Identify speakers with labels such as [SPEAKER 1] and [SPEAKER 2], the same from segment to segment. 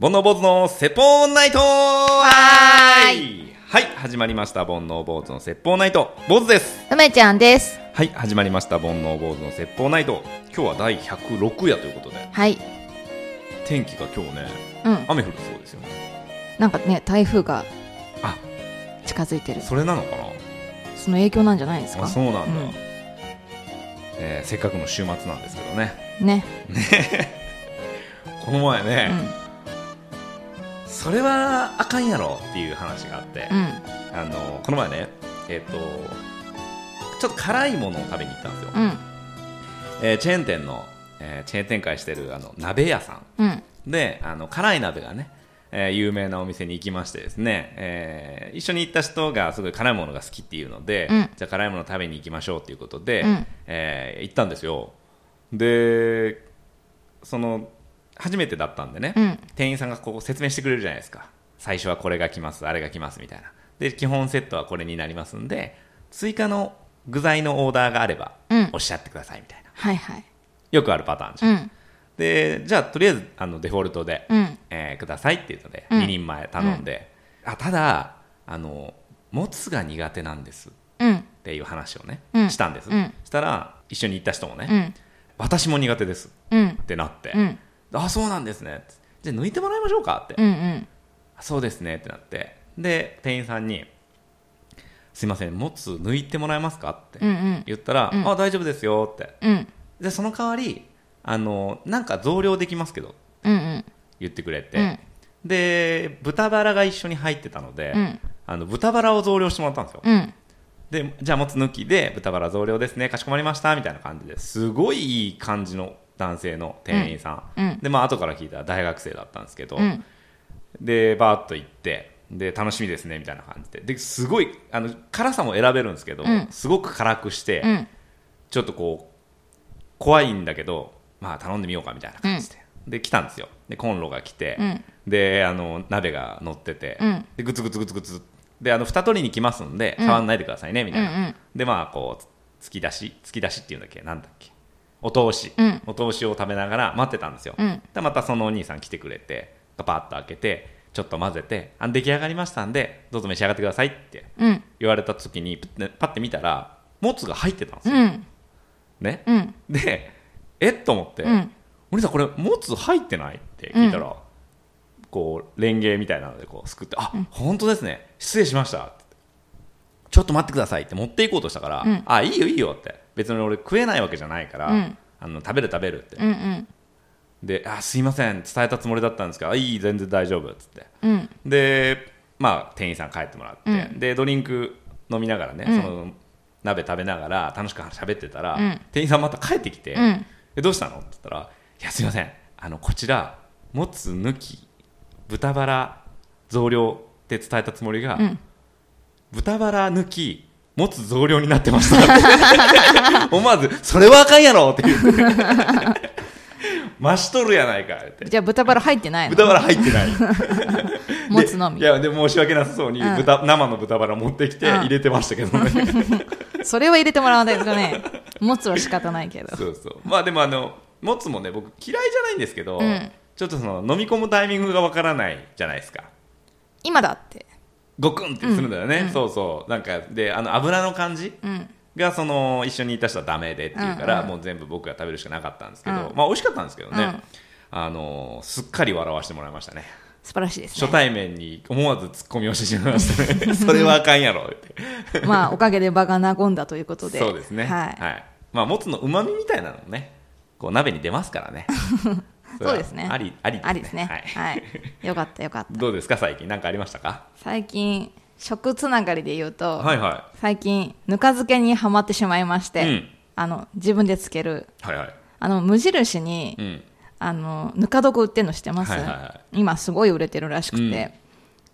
[SPEAKER 1] 煩悩坊主の説法ナイトはーいはい始まりました煩悩坊主の説法ナイト坊主です
[SPEAKER 2] 梅ちゃんです。
[SPEAKER 1] はい始まりました煩悩坊主の説法ナイト今日は第106夜ということで
[SPEAKER 2] はい。
[SPEAKER 1] 天気が今日ね
[SPEAKER 2] うん。
[SPEAKER 1] 雨降るそうですよね
[SPEAKER 2] なんかね、台風が
[SPEAKER 1] あ
[SPEAKER 2] 近づいてる。
[SPEAKER 1] それなのかな
[SPEAKER 2] その影響なんじゃないです
[SPEAKER 1] あ
[SPEAKER 2] か。
[SPEAKER 1] そうなんだ、
[SPEAKER 2] うん
[SPEAKER 1] えーせっかくの週末なんですけどね
[SPEAKER 2] ね。
[SPEAKER 1] この前
[SPEAKER 2] う
[SPEAKER 1] ね、
[SPEAKER 2] ん。
[SPEAKER 1] それはあかんやろっていう話があって、
[SPEAKER 2] うん。
[SPEAKER 1] あのこの前ねえっ、とちょっと辛いものを食べに行ったんですよ、
[SPEAKER 2] うん。
[SPEAKER 1] えーチェーン店の、えーチェーン展開してるあの鍋屋さ
[SPEAKER 2] うん。
[SPEAKER 1] んであの辛い鍋がね、えー有名なお店に行きましてですね、えー一緒に行った人がすごい辛いものが好きっていうので、
[SPEAKER 2] うん
[SPEAKER 1] じゃあ辛いもの食べに行きましょうっていうことで、
[SPEAKER 2] うん
[SPEAKER 1] えー行ったんですよでその初めてだったんでね、
[SPEAKER 2] うん
[SPEAKER 1] 店員さんがこう説明してくれるじゃないですか最初はこれが来ますあれが来ますみたいなで基本セットはこれになりますんで追加の具材のオーダーがあれば
[SPEAKER 2] うん
[SPEAKER 1] おっしゃってくださいみたいな、
[SPEAKER 2] はいはい。
[SPEAKER 1] よくあるパターンじゃ、
[SPEAKER 2] うんん。
[SPEAKER 1] でじゃあとりあえずあのデフォルトで、
[SPEAKER 2] うん。
[SPEAKER 1] えーくださいっていうので、
[SPEAKER 2] うん
[SPEAKER 1] 2人前頼んで、あただあのもつが苦手なんですっ
[SPEAKER 2] うん。
[SPEAKER 1] ていう話をね、
[SPEAKER 2] うん
[SPEAKER 1] したんです、
[SPEAKER 2] うん
[SPEAKER 1] したら一緒に行った人もね、
[SPEAKER 2] うん。
[SPEAKER 1] 私も苦手です
[SPEAKER 2] うん。
[SPEAKER 1] ってなって、
[SPEAKER 2] うん。
[SPEAKER 1] あそうなんですねってじゃあ抜いてもらいましょうかって、
[SPEAKER 2] うん。うん。
[SPEAKER 1] そうですねってなってで店員さんに「すいませんもつ抜いてもらえますか?」っ
[SPEAKER 2] うん。う
[SPEAKER 1] て
[SPEAKER 2] ん。
[SPEAKER 1] 言ったら「
[SPEAKER 2] うん
[SPEAKER 1] あ大丈夫ですよ」って
[SPEAKER 2] うん。
[SPEAKER 1] でその代わりあのなんか増量できますけどって
[SPEAKER 2] うん。
[SPEAKER 1] 言ってくれて、
[SPEAKER 2] うん
[SPEAKER 1] で豚バラが一緒に入ってたので、
[SPEAKER 2] うん
[SPEAKER 1] あの豚バラを増量してもらったんですよ、
[SPEAKER 2] うん。
[SPEAKER 1] でじゃあもつ抜きで豚バラ増量ですねかしこまりましたみたいな感じですごいいい感じの男性の店員さん、
[SPEAKER 2] うんうん
[SPEAKER 1] でまあ後から聞いたら大学生だったんですけど、
[SPEAKER 2] うん。
[SPEAKER 1] でバーッと行ってで楽しみですねみたいな感じでですごいあの辛さも選べるんですけど、
[SPEAKER 2] うん
[SPEAKER 1] すごく辛くして、
[SPEAKER 2] うん。
[SPEAKER 1] ちょっとこう怖いんだけどまあ頼んでみようかみたいな感じで、で来たんですよでコンロが来て、
[SPEAKER 2] うん
[SPEAKER 1] であの鍋が乗ってて、
[SPEAKER 2] うん
[SPEAKER 1] でグツグツグツグツであの蓋取りに来ますんで
[SPEAKER 2] ん
[SPEAKER 1] 触んないでくださいねみたいな、
[SPEAKER 2] うんうん
[SPEAKER 1] でまあこう突き出し突き出しっていうんだっけなんだっけお通し、
[SPEAKER 2] うん
[SPEAKER 1] お通しを食べながら待ってたんですよ、
[SPEAKER 2] うん
[SPEAKER 1] でまたそのお兄さん来てくれてパパッと開けてちょっと混ぜてあ出来上がりましたんでどうぞ召し上がってくださいって
[SPEAKER 2] うん。
[SPEAKER 1] 言われた時にプッてパッて見たらもつが入ってたんです
[SPEAKER 2] う
[SPEAKER 1] よ、
[SPEAKER 2] ん。
[SPEAKER 1] ね、
[SPEAKER 2] うん。
[SPEAKER 1] でえっと思って、
[SPEAKER 2] うん
[SPEAKER 1] お兄さんこれもつ入ってないって聞いたら、こうレンゲみたいなのでこうすくって「あ、本当ですね失礼しました」ってちょっと待ってください」って持っていこうとしたから「
[SPEAKER 2] うん
[SPEAKER 1] あいいよいいよ」って別に俺食えないわけじゃないから、
[SPEAKER 2] うん
[SPEAKER 1] あの食べる食べるって、
[SPEAKER 2] うん。うん。
[SPEAKER 1] で「あすいません伝えたつもりだったんですけどあいい全然大丈夫」っつって
[SPEAKER 2] うん。
[SPEAKER 1] でまあ店員さん帰ってもらって、
[SPEAKER 2] う
[SPEAKER 1] でドリンク飲みながらね、
[SPEAKER 2] うん
[SPEAKER 1] その鍋食べながら楽しく喋ってたら、
[SPEAKER 2] うん
[SPEAKER 1] 店員さんまた帰ってきて「
[SPEAKER 2] うん
[SPEAKER 1] えどうしたの?」って言ったら「いやすいませんあのこちらもつ抜き豚バラ増量」って伝えたつもりが、
[SPEAKER 2] ん
[SPEAKER 1] 豚バラ抜きもつ増量になってましたって 思わず「それはあかんやろ!」って言う増しとるやないかって
[SPEAKER 2] じゃあ豚バラ入ってないの
[SPEAKER 1] 豚バラ入ってない
[SPEAKER 2] 持つのみ
[SPEAKER 1] でい。やで申し訳なさそうに
[SPEAKER 2] うん
[SPEAKER 1] 豚、生の豚バラ持ってきて
[SPEAKER 2] うん
[SPEAKER 1] 入れてましたけ どね、
[SPEAKER 2] それは入れてもらわないとね。持つは仕方ないけど。
[SPEAKER 1] そうそうまあでもあのもつもね僕嫌いじゃないんですけど、
[SPEAKER 2] うん
[SPEAKER 1] ちょっとその飲み込むタイミングがわからないじゃないですか
[SPEAKER 2] 今だって。
[SPEAKER 1] ゴクンってするんだよね、そうそうなんかであの油の感じ
[SPEAKER 2] うん。
[SPEAKER 1] がその一緒にいた人はダメでっていうから、
[SPEAKER 2] うんうん
[SPEAKER 1] もう全部僕が食べるしかなかったんですけど、
[SPEAKER 2] うん
[SPEAKER 1] まあ美味しかったんですけどね、
[SPEAKER 2] うん
[SPEAKER 1] あのすっかり笑わせてもらいましたね
[SPEAKER 2] 素晴らしいです
[SPEAKER 1] 初
[SPEAKER 2] ね。
[SPEAKER 1] 対面に思わずツッコミをしてしまいましたね それはあかんやろって
[SPEAKER 2] まあ、おかげで場が和んだということで。
[SPEAKER 1] そうですね
[SPEAKER 2] はい。
[SPEAKER 1] まあもつのうまみみたいなのもねこう鍋に出ますからねれは
[SPEAKER 2] そうですね。
[SPEAKER 1] ありあり
[SPEAKER 2] ありですね。
[SPEAKER 1] はい
[SPEAKER 2] はい。よかったよかった。
[SPEAKER 1] どうですか最近何かありましたか
[SPEAKER 2] 最近、食つながりで言うと、
[SPEAKER 1] はいは
[SPEAKER 2] 最近、ぬか漬けにはまってしまいまして、
[SPEAKER 1] うん
[SPEAKER 2] あの、自分でつける、
[SPEAKER 1] いはいはい
[SPEAKER 2] あの、無印に、
[SPEAKER 1] うん
[SPEAKER 2] あの、ぬか床売ってんの知ってます、
[SPEAKER 1] はいはいは
[SPEAKER 2] 今すごい売れてるらしくて、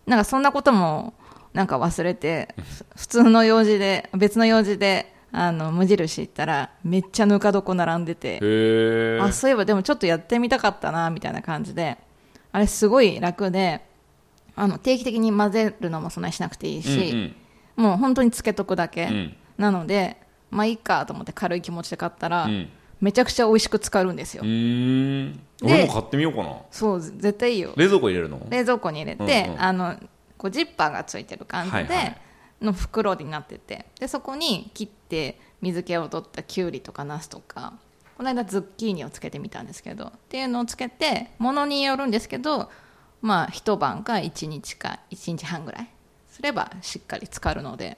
[SPEAKER 2] なんかそんなことも、なんか忘れて、ふ普通の用事で、別の用事で、あの、無印行ったら、めっちゃぬか床並んでて、
[SPEAKER 1] へえ
[SPEAKER 2] あそういえばでもちょっとやってみたかったなみたいな感じであれすごい楽であの定期的に混ぜるのもそんなにしなくていいし、もう本当につけとくだけ、
[SPEAKER 1] うん
[SPEAKER 2] なのでまあいいかと思って軽い気持ちで買ったら、
[SPEAKER 1] うん
[SPEAKER 2] めちゃくちゃ美味しく使うんですよ、
[SPEAKER 1] うーん
[SPEAKER 2] で
[SPEAKER 1] 俺も買ってみようかな
[SPEAKER 2] そうぜ絶対いいよ
[SPEAKER 1] 冷蔵庫入れるの
[SPEAKER 2] 冷蔵庫に入れて、
[SPEAKER 1] うんうん
[SPEAKER 2] あのこうジッパーがついてる感じで、
[SPEAKER 1] はいはい
[SPEAKER 2] の袋になっててでそこに切って水気を取ったきゅうりとかナスとかこの間ズッキーニをつけてみたんですけどっていうのをつけてものによるんですけどまあ一晩か一日か一日半ぐらいすればしっかり浸かるので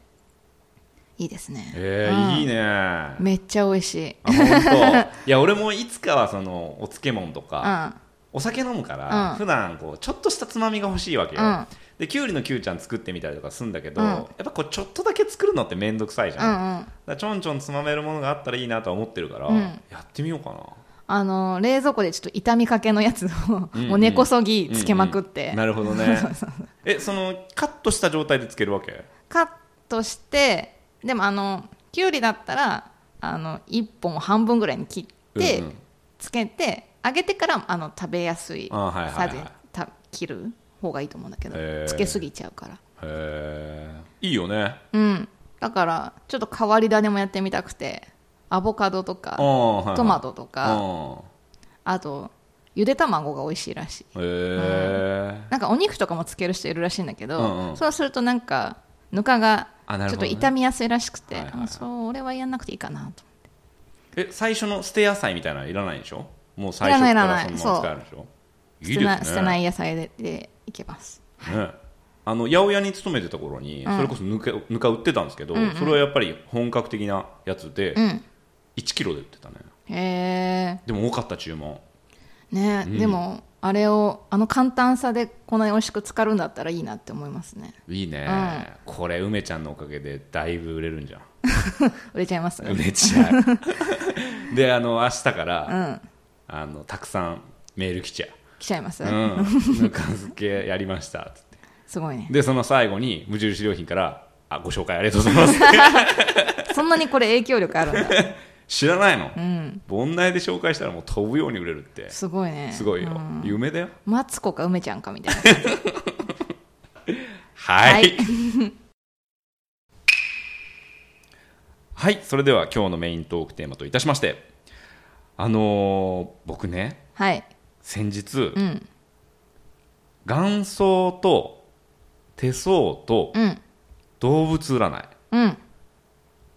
[SPEAKER 2] いいですね、
[SPEAKER 1] え
[SPEAKER 2] うん
[SPEAKER 1] ー、いい ねあ
[SPEAKER 2] めっちゃ美味しい
[SPEAKER 1] 本当いや俺もいつかはそのお漬物と
[SPEAKER 2] うん
[SPEAKER 1] か、
[SPEAKER 2] は
[SPEAKER 1] お酒飲むから、
[SPEAKER 2] うん
[SPEAKER 1] 普段こうちょっとしたつまみが欲しいわけよ、
[SPEAKER 2] うん
[SPEAKER 1] できゅうりのきゅうちゃん作ってみたりとかするんだけど、
[SPEAKER 2] うん
[SPEAKER 1] やっぱこうちょっとだけ作るのって面倒くさいじゃん、
[SPEAKER 2] う
[SPEAKER 1] だ
[SPEAKER 2] ん
[SPEAKER 1] か
[SPEAKER 2] うん
[SPEAKER 1] らちょんちょんつまめるものがあったらいいなとは思ってるから、
[SPEAKER 2] うん
[SPEAKER 1] やってみようかな
[SPEAKER 2] あの冷蔵庫でちょっと痛みかけのやつを、
[SPEAKER 1] うんうん
[SPEAKER 2] もう根こそぎつけまくっ
[SPEAKER 1] う
[SPEAKER 2] て、
[SPEAKER 1] んうんなるほど ねえそのカットした状態でつけるわけ
[SPEAKER 2] カットしてでもあのきゅうりだったらあの1本を半分ぐらいに切って、
[SPEAKER 1] うんうん
[SPEAKER 2] つけて揚げてからあの食べやすい
[SPEAKER 1] あはいはいはい
[SPEAKER 2] サイズにた切る方がいいと思うんだけど
[SPEAKER 1] へー
[SPEAKER 2] つけすぎちゃうから
[SPEAKER 1] へえいいよね
[SPEAKER 2] うんだからちょっと変わり種もやってみたくてアボカドと
[SPEAKER 1] あ
[SPEAKER 2] か
[SPEAKER 1] ーはいはい
[SPEAKER 2] トマトとか
[SPEAKER 1] あ
[SPEAKER 2] あとゆで卵が美味しいらしい
[SPEAKER 1] ーへえ
[SPEAKER 2] なんかお肉とかもつける人いるらしいんだけど、
[SPEAKER 1] うんうん
[SPEAKER 2] そうするとなんかぬかが
[SPEAKER 1] あなる
[SPEAKER 2] ちょ
[SPEAKER 1] ほど
[SPEAKER 2] っと
[SPEAKER 1] ね
[SPEAKER 2] 傷みやすいらしくて、
[SPEAKER 1] はいはいはい
[SPEAKER 2] あそれはやんなくていいかなと
[SPEAKER 1] え最初の捨て野菜みたいなのいらないでしょもう最
[SPEAKER 2] い
[SPEAKER 1] 初からら
[SPEAKER 2] ないいら
[SPEAKER 1] その
[SPEAKER 2] ない
[SPEAKER 1] まま使えるでしょい
[SPEAKER 2] 捨
[SPEAKER 1] い
[SPEAKER 2] て
[SPEAKER 1] ですね
[SPEAKER 2] な捨てない野菜ででいけます
[SPEAKER 1] ね、あの八百屋に勤めてた頃に
[SPEAKER 2] うん
[SPEAKER 1] それこそぬか,、ぬか売ってたんですけど、それはやっぱり本格的なやつで
[SPEAKER 2] うん
[SPEAKER 1] 1キロで売ってたね
[SPEAKER 2] へ
[SPEAKER 1] でも多かった注文
[SPEAKER 2] えね、でもあれをあの簡単さでこんなに美味しく浸かるんだったらいいなって思いますね
[SPEAKER 1] いいね、これ梅ちゃんのおかげでだいぶ売れるんじゃん
[SPEAKER 2] 売れちゃい ます
[SPEAKER 1] 売れちゃ うであの明日か
[SPEAKER 2] う
[SPEAKER 1] ら、
[SPEAKER 2] ん
[SPEAKER 1] あのたくさんメール来ちゃ
[SPEAKER 2] 来ちゃいます、
[SPEAKER 1] う、うん、ぬか漬けやりましたっつって
[SPEAKER 2] すごいね
[SPEAKER 1] でその最後に無印良品からあご紹介ありがとうございます
[SPEAKER 2] そんなにこれ影響力あるん だ
[SPEAKER 1] 知らないの、盆内で紹介したらもう飛ぶように売れるって
[SPEAKER 2] すごいね
[SPEAKER 1] すごいよ、
[SPEAKER 2] うん
[SPEAKER 1] 夢だよ
[SPEAKER 2] マツコか梅ちゃんかみたいな
[SPEAKER 1] は
[SPEAKER 2] はい
[SPEAKER 1] い はいそれでは今日のメイントークテーマといたしましてあのー僕ね
[SPEAKER 2] はい
[SPEAKER 1] 先日
[SPEAKER 2] うん
[SPEAKER 1] 眼相と手相と
[SPEAKER 2] うん
[SPEAKER 1] 動物占い
[SPEAKER 2] うん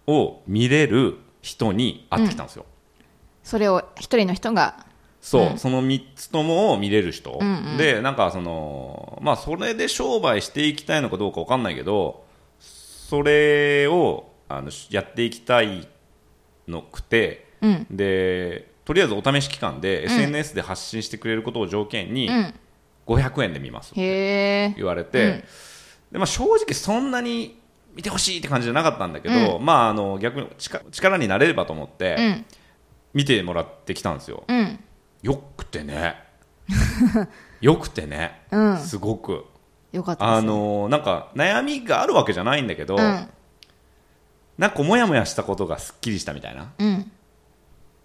[SPEAKER 1] を見れる人に会ってきたんですよ、
[SPEAKER 2] それを一人の人が
[SPEAKER 1] そう、
[SPEAKER 2] うん
[SPEAKER 1] その3つともを見れる人、
[SPEAKER 2] うんうん
[SPEAKER 1] でなんかそのまあそれで商売していきたいのかどうかわかんないけどそれをあのやっていきたいのくて
[SPEAKER 2] うん
[SPEAKER 1] でとりあえずお試し期間で SNS で発信してくれることを条件に
[SPEAKER 2] うん
[SPEAKER 1] 500円で見ます
[SPEAKER 2] へえ
[SPEAKER 1] 言われて、
[SPEAKER 2] うん
[SPEAKER 1] でまあ、正直そんなに見てほしいって感じじゃなかったんだけど、まああの逆に力力になれればと思っ
[SPEAKER 2] う
[SPEAKER 1] て
[SPEAKER 2] ん
[SPEAKER 1] 見てもらってきたんですよ、
[SPEAKER 2] うん
[SPEAKER 1] よくてね よくてね、
[SPEAKER 2] うん
[SPEAKER 1] すごく
[SPEAKER 2] よかった
[SPEAKER 1] あ
[SPEAKER 2] です
[SPEAKER 1] のーなんか悩みがあるわけじゃないんだけど、
[SPEAKER 2] うん
[SPEAKER 1] なんかモヤモヤしたことがすっきりしたみたいな
[SPEAKER 2] うん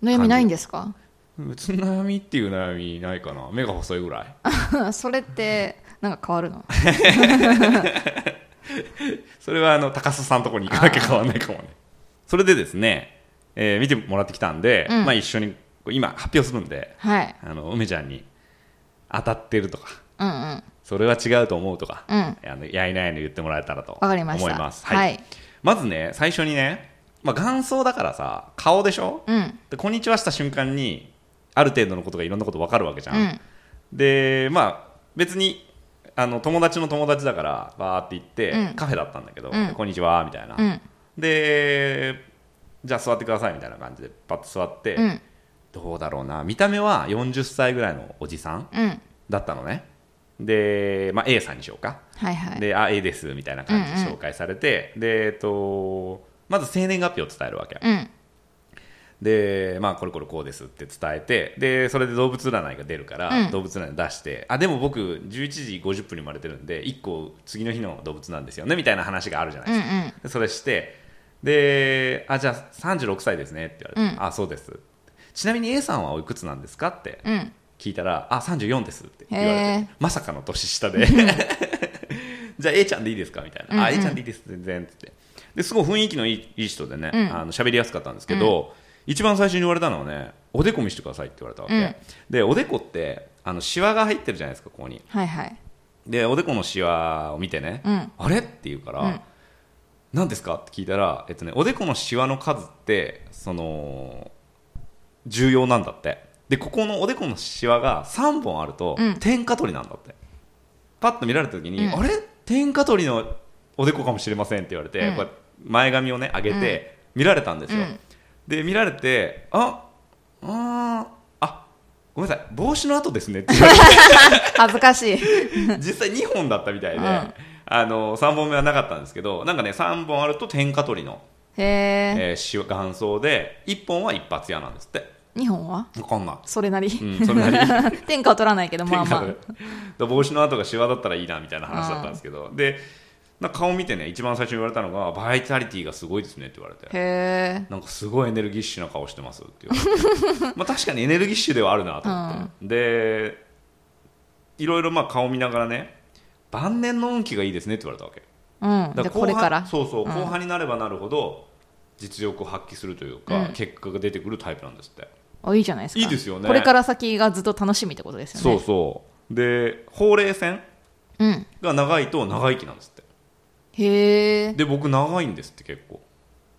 [SPEAKER 2] 悩みないんですか
[SPEAKER 1] 別に悩みっていう悩みないかな目が細いぐらい
[SPEAKER 2] それってなんか変わるの
[SPEAKER 1] それはあの高須さんのとこに行かなきゃ変わんないかもねそれでですね、えー見てもらってきたんで、
[SPEAKER 2] うん
[SPEAKER 1] まあ、一緒に今発表するんで
[SPEAKER 2] はい
[SPEAKER 1] あの梅ちゃんに当たってるとか
[SPEAKER 2] うんうん
[SPEAKER 1] それは違うと思うとか、
[SPEAKER 2] うん
[SPEAKER 1] あのやいなやいの言ってもらえたらと
[SPEAKER 2] わ
[SPEAKER 1] 思
[SPEAKER 2] か
[SPEAKER 1] い
[SPEAKER 2] りました
[SPEAKER 1] ます。
[SPEAKER 2] はい
[SPEAKER 1] まずね最初にね、まあ、元相だからさ顔でしょ、
[SPEAKER 2] うん
[SPEAKER 1] でこんにちはした瞬間にある程度のことがいろんなこと分かるわけじゃ、
[SPEAKER 2] うんん
[SPEAKER 1] でまあ別にあの友達の友達だからバーって行って、
[SPEAKER 2] うん
[SPEAKER 1] カフェだったんだけど、
[SPEAKER 2] うん
[SPEAKER 1] こんにちはみたいな、
[SPEAKER 2] うん
[SPEAKER 1] でじゃあ座ってくださいみたいな感じでパッと座って、
[SPEAKER 2] うん
[SPEAKER 1] どうだろうな見た目は40歳ぐらいのおじさん
[SPEAKER 2] うん
[SPEAKER 1] だったのねで、まあ、A さんにしようか
[SPEAKER 2] はいはい
[SPEAKER 1] で、あ、A ですみたいな感じで紹介されて、で、えっと、まず生年月日を伝えるわけ。
[SPEAKER 2] うん
[SPEAKER 1] で、まあ、これこれこうですって伝えて、で、それで動物占いが出るから、
[SPEAKER 2] うん
[SPEAKER 1] 動物占い出して、あ、でも僕、11時50分に生まれてるんで、1個次の日の動物なんですよね、みたいな話があるじゃないうで
[SPEAKER 2] んう
[SPEAKER 1] すか。
[SPEAKER 2] ん
[SPEAKER 1] でそれして、で、あ、じゃあ36歳ですねって言われて、あ、そうです。ちなみに A さんはおいくつなんですかって
[SPEAKER 2] うん
[SPEAKER 1] 聞いたら「あ34です」って言わ
[SPEAKER 2] へ
[SPEAKER 1] れ
[SPEAKER 2] ー
[SPEAKER 1] てまさかの年下 でじゃあ A ちゃんでいいですかみたいな「あ
[SPEAKER 2] うんうん
[SPEAKER 1] A ちゃんでいいです全然」っつってですごい雰囲気のいいいい人でね、
[SPEAKER 2] うん
[SPEAKER 1] あの喋りやすかったんですけど、一番最初に言われたのはねおでこ見せてくださいって言われたわけ、
[SPEAKER 2] うん
[SPEAKER 1] でおでこってあのシワが入ってるじゃないですかここに
[SPEAKER 2] はいはい
[SPEAKER 1] でおでこのシワを見てね、
[SPEAKER 2] うん
[SPEAKER 1] あれって言うから、
[SPEAKER 2] うん
[SPEAKER 1] 何ですかって聞いたら、えっとね、おでこのシワの数ってその重要なんだってでここのおでこのシワが3本あると、
[SPEAKER 2] うん
[SPEAKER 1] 天下取りなんだってパッと見られた時に、
[SPEAKER 2] うん
[SPEAKER 1] あれ天下取りのおでこかもしれませんって言われて、
[SPEAKER 2] うん
[SPEAKER 1] こうやって前髪をね上げて見られたんですよ、
[SPEAKER 2] うん
[SPEAKER 1] で見られてああーあごめんなさい帽子の後ですねって言われて
[SPEAKER 2] 恥ず かしい
[SPEAKER 1] 実際2本だったみたいで、
[SPEAKER 2] うん
[SPEAKER 1] あの3本目はなかったんですけどなんかね3本あると天下取りの、
[SPEAKER 2] へえ
[SPEAKER 1] えーし、元祖で1本は一発屋なんですって
[SPEAKER 2] 日本は
[SPEAKER 1] 分かんない、
[SPEAKER 2] それなり、
[SPEAKER 1] うん、それなり
[SPEAKER 2] 天下を取らないけどまあ
[SPEAKER 1] 天
[SPEAKER 2] ま
[SPEAKER 1] 下
[SPEAKER 2] あ
[SPEAKER 1] 取りで帽子の後がシワだったらいいなみたいな話だったんですけどでなんか顔見てね一番最初に言われたのがバイタリティがすごいですねって言われて
[SPEAKER 2] へえ
[SPEAKER 1] なんかすごいエネルギッシュな顔してますって言われ てまあ確かにエネルギッシュではあるなと思って、でいろいろまあ顔見ながらね晩年の運気がいいですねって言われたわけ
[SPEAKER 2] うん
[SPEAKER 1] だ
[SPEAKER 2] で
[SPEAKER 1] 後
[SPEAKER 2] これから
[SPEAKER 1] 半そうそう、
[SPEAKER 2] うん
[SPEAKER 1] 後半になればなるほど実力を発揮するというか、
[SPEAKER 2] うん
[SPEAKER 1] 結果が出てくるタイプなんですって、
[SPEAKER 2] あいいじゃないですか
[SPEAKER 1] いいですよね
[SPEAKER 2] これから先がずっと楽しみってことですよ
[SPEAKER 1] そ
[SPEAKER 2] ね
[SPEAKER 1] うそうでほうれい線
[SPEAKER 2] う、ん、
[SPEAKER 1] が長いと長生きなんですって
[SPEAKER 2] へえ
[SPEAKER 1] で僕長いんですって結構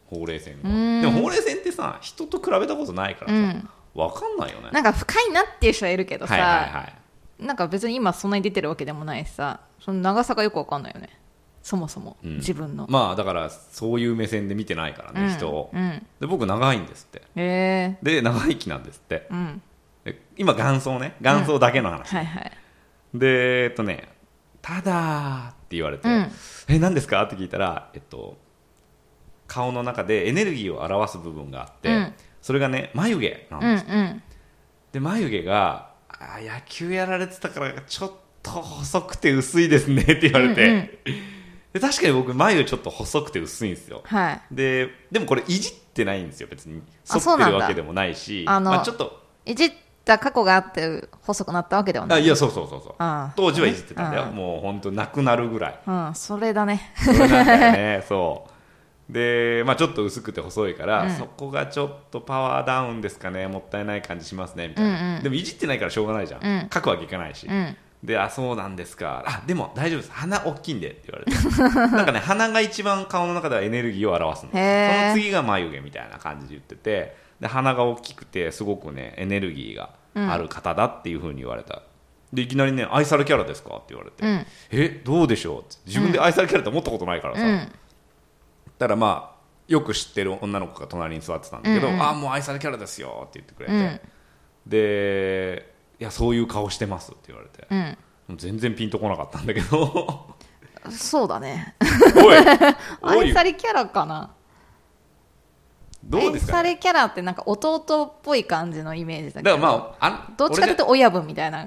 [SPEAKER 1] ほうれい線が
[SPEAKER 2] うん
[SPEAKER 1] でもほうれい線ってさ人と比べたことないから
[SPEAKER 2] う
[SPEAKER 1] さ、
[SPEAKER 2] ん
[SPEAKER 1] わかんないよね
[SPEAKER 2] なんか深いなっていう人はいるけどさ、
[SPEAKER 1] はいはいはい
[SPEAKER 2] なんか別に今そんなに出てるわけでもないしさその長さがよくわかんないよねそもそも、
[SPEAKER 1] うん
[SPEAKER 2] 自分の、
[SPEAKER 1] まあだからそういう目線で見てないからね、
[SPEAKER 2] うん
[SPEAKER 1] 人を
[SPEAKER 2] うん
[SPEAKER 1] で僕長いんですって
[SPEAKER 2] へえ
[SPEAKER 1] で長生きなんですって
[SPEAKER 2] うん
[SPEAKER 1] で今元祖ね元祖だけの話、
[SPEAKER 2] はいはい
[SPEAKER 1] でえっとね「ただ」って言われて「
[SPEAKER 2] うん
[SPEAKER 1] え何ですか?」って聞いたら、えっと、顔の中でエネルギーを表す部分があって、
[SPEAKER 2] うん
[SPEAKER 1] それがね眉毛なん
[SPEAKER 2] うん
[SPEAKER 1] です、
[SPEAKER 2] うん
[SPEAKER 1] で眉毛があー「野球やられてたからちょっと細くて薄いですね」って言われて、
[SPEAKER 2] うんうん
[SPEAKER 1] で確かに僕眉毛ちょっと細くて薄いんですよ
[SPEAKER 2] はい
[SPEAKER 1] ででもこれいじってないんですよ別に
[SPEAKER 2] あ
[SPEAKER 1] 剃
[SPEAKER 2] そう
[SPEAKER 1] っ
[SPEAKER 2] な
[SPEAKER 1] て
[SPEAKER 2] んだ
[SPEAKER 1] るわけでもないし
[SPEAKER 2] あの
[SPEAKER 1] まあ、ちょっと
[SPEAKER 2] いじった過去があって細くなったわけではな
[SPEAKER 1] あ
[SPEAKER 2] い
[SPEAKER 1] いやそうそうそうそう
[SPEAKER 2] あー
[SPEAKER 1] 当時はいじってたんだよ
[SPEAKER 2] あー
[SPEAKER 1] もう本当なくなるぐらい
[SPEAKER 2] うんそれだね
[SPEAKER 1] それなんだよ ねそうで、まあ、ちょっと薄くて細いから、
[SPEAKER 2] うん
[SPEAKER 1] そこがちょっとパワーダウンですかねもったいない感じしますねみたい
[SPEAKER 2] うん
[SPEAKER 1] な、
[SPEAKER 2] うん
[SPEAKER 1] でもいじってないからしょうがないじゃん、
[SPEAKER 2] うん
[SPEAKER 1] 書くわけいかないし、
[SPEAKER 2] うん
[SPEAKER 1] であそうなんですかあでも大丈夫です鼻大きいんでって言われて なんかね鼻が一番顔の中ではエネルギーを表すのそ
[SPEAKER 2] へー
[SPEAKER 1] の次が眉毛みたいな感じで言っててで鼻が大きくてすごくねエネルギーがある方だっていうふうに言われた、でいきなりね愛されキャラですかって言われて、
[SPEAKER 2] うん
[SPEAKER 1] えどうでしょうって自分で愛されキャラって思ったことないからさ、
[SPEAKER 2] う
[SPEAKER 1] だか
[SPEAKER 2] ん
[SPEAKER 1] らまあよく知ってる女の子が隣に座ってたんだけど、
[SPEAKER 2] うんうん
[SPEAKER 1] ああもう愛されキャラですよって言ってくれて、
[SPEAKER 2] うん
[SPEAKER 1] でいやそういう顔してますって言われて、
[SPEAKER 2] うん
[SPEAKER 1] もう全然ピンとこなかったんだけど
[SPEAKER 2] そうだね
[SPEAKER 1] おいお
[SPEAKER 2] 愛
[SPEAKER 1] い
[SPEAKER 2] されキャラかな
[SPEAKER 1] どうです
[SPEAKER 2] 愛さ
[SPEAKER 1] か、ね、
[SPEAKER 2] れキャラってなんか弟っぽい感じのイメージだ
[SPEAKER 1] だか
[SPEAKER 2] けど
[SPEAKER 1] らまああ
[SPEAKER 2] どっちかというと親分みたいな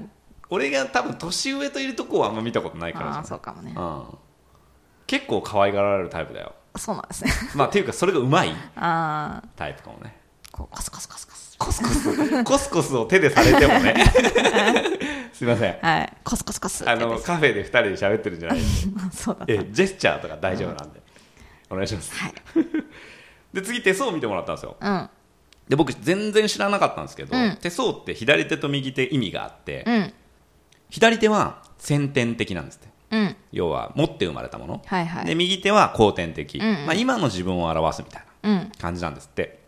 [SPEAKER 1] 俺が俺が多分年上といるとこはあんま見たことないから
[SPEAKER 2] ああー
[SPEAKER 1] じ
[SPEAKER 2] そうかもね
[SPEAKER 1] ゃん、うん、結構可愛がられるタイプだよ
[SPEAKER 2] そうなんですね
[SPEAKER 1] まあっていうかそれがうまい
[SPEAKER 2] ああ
[SPEAKER 1] タイプかもね
[SPEAKER 2] こうカスカスカスカス
[SPEAKER 1] コスコ スコスコスを手でされてもねすいません
[SPEAKER 2] はいカスカスカスって
[SPEAKER 1] あ
[SPEAKER 2] やつ
[SPEAKER 1] のカフェで2人で喋ってるんじゃないです
[SPEAKER 2] そうだった
[SPEAKER 1] えジェスチャーとか大丈夫なんで、お願いします、
[SPEAKER 2] はい
[SPEAKER 1] で次手相を見てもらったんですよ
[SPEAKER 2] うん
[SPEAKER 1] で僕全然知らなかったんですけど、
[SPEAKER 2] うん
[SPEAKER 1] 手相って左手と右手意味があって、
[SPEAKER 2] うん
[SPEAKER 1] 左手は先天的なんですって
[SPEAKER 2] うん
[SPEAKER 1] 要は持って生まれたもの、
[SPEAKER 2] はいはい
[SPEAKER 1] で右手は後天的、
[SPEAKER 2] うんうん
[SPEAKER 1] まあ、今の自分を表すみたいな
[SPEAKER 2] うん
[SPEAKER 1] 感じなんですって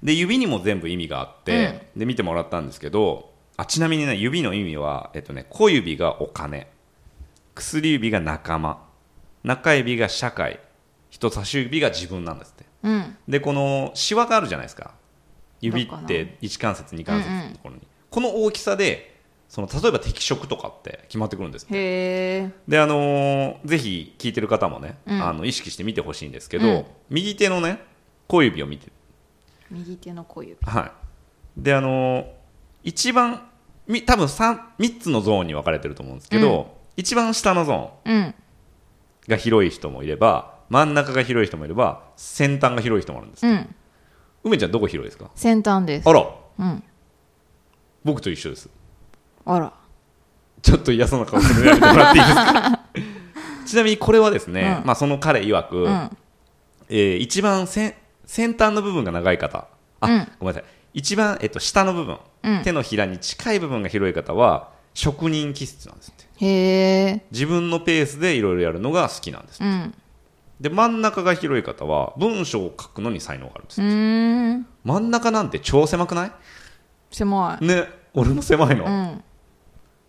[SPEAKER 1] で指にも全部意味があって、で見てもらったんですけどあちなみにね指の意味は、えっとね、小指がお金薬指が仲間中指が社会人差し指が自分なんですって
[SPEAKER 2] うん
[SPEAKER 1] でこのシワがあるじゃないですか指
[SPEAKER 2] どこ
[SPEAKER 1] っ
[SPEAKER 2] の
[SPEAKER 1] て1関節2関節のところに、この大きさでその例えば適色とかって決まってくるんですって
[SPEAKER 2] へえ
[SPEAKER 1] であのーぜひ聞いてる方もね、
[SPEAKER 2] うん
[SPEAKER 1] あの意識して見てほしいんですけど、
[SPEAKER 2] うん
[SPEAKER 1] 右手のね小指を見て
[SPEAKER 2] 右手の小指
[SPEAKER 1] はいであのー一番み多分 3, 3つのゾーンに分かれてると思うんですけど、一番下のゾーン
[SPEAKER 2] うん
[SPEAKER 1] が広い人もいれば真ん中が広い人もいれば先端が広い人もあるんです
[SPEAKER 2] うん
[SPEAKER 1] 梅ちゃんどこ広いですか
[SPEAKER 2] 先端です
[SPEAKER 1] あら
[SPEAKER 2] うん
[SPEAKER 1] 僕と一緒です
[SPEAKER 2] あら
[SPEAKER 1] ちょっと嫌そうな顔するのやめてもらっていいですか ちなみにこれはですね、
[SPEAKER 2] うん
[SPEAKER 1] まあ、その彼曰く、
[SPEAKER 2] うん
[SPEAKER 1] えー一番先先端の部分が長い方あ、
[SPEAKER 2] うん
[SPEAKER 1] ごめんなさい一番、えっと、下の部分、
[SPEAKER 2] うん
[SPEAKER 1] 手のひらに近い部分が広い方は職人気質なんですって
[SPEAKER 2] へえ
[SPEAKER 1] 自分のペースでいろいろやるのが好きなんです
[SPEAKER 2] うん
[SPEAKER 1] で真ん中が広い方は文章を書くのに才能があるんです
[SPEAKER 2] うーん
[SPEAKER 1] 真ん中なんて超狭くない
[SPEAKER 2] 狭い
[SPEAKER 1] ね俺も狭いの、
[SPEAKER 2] うん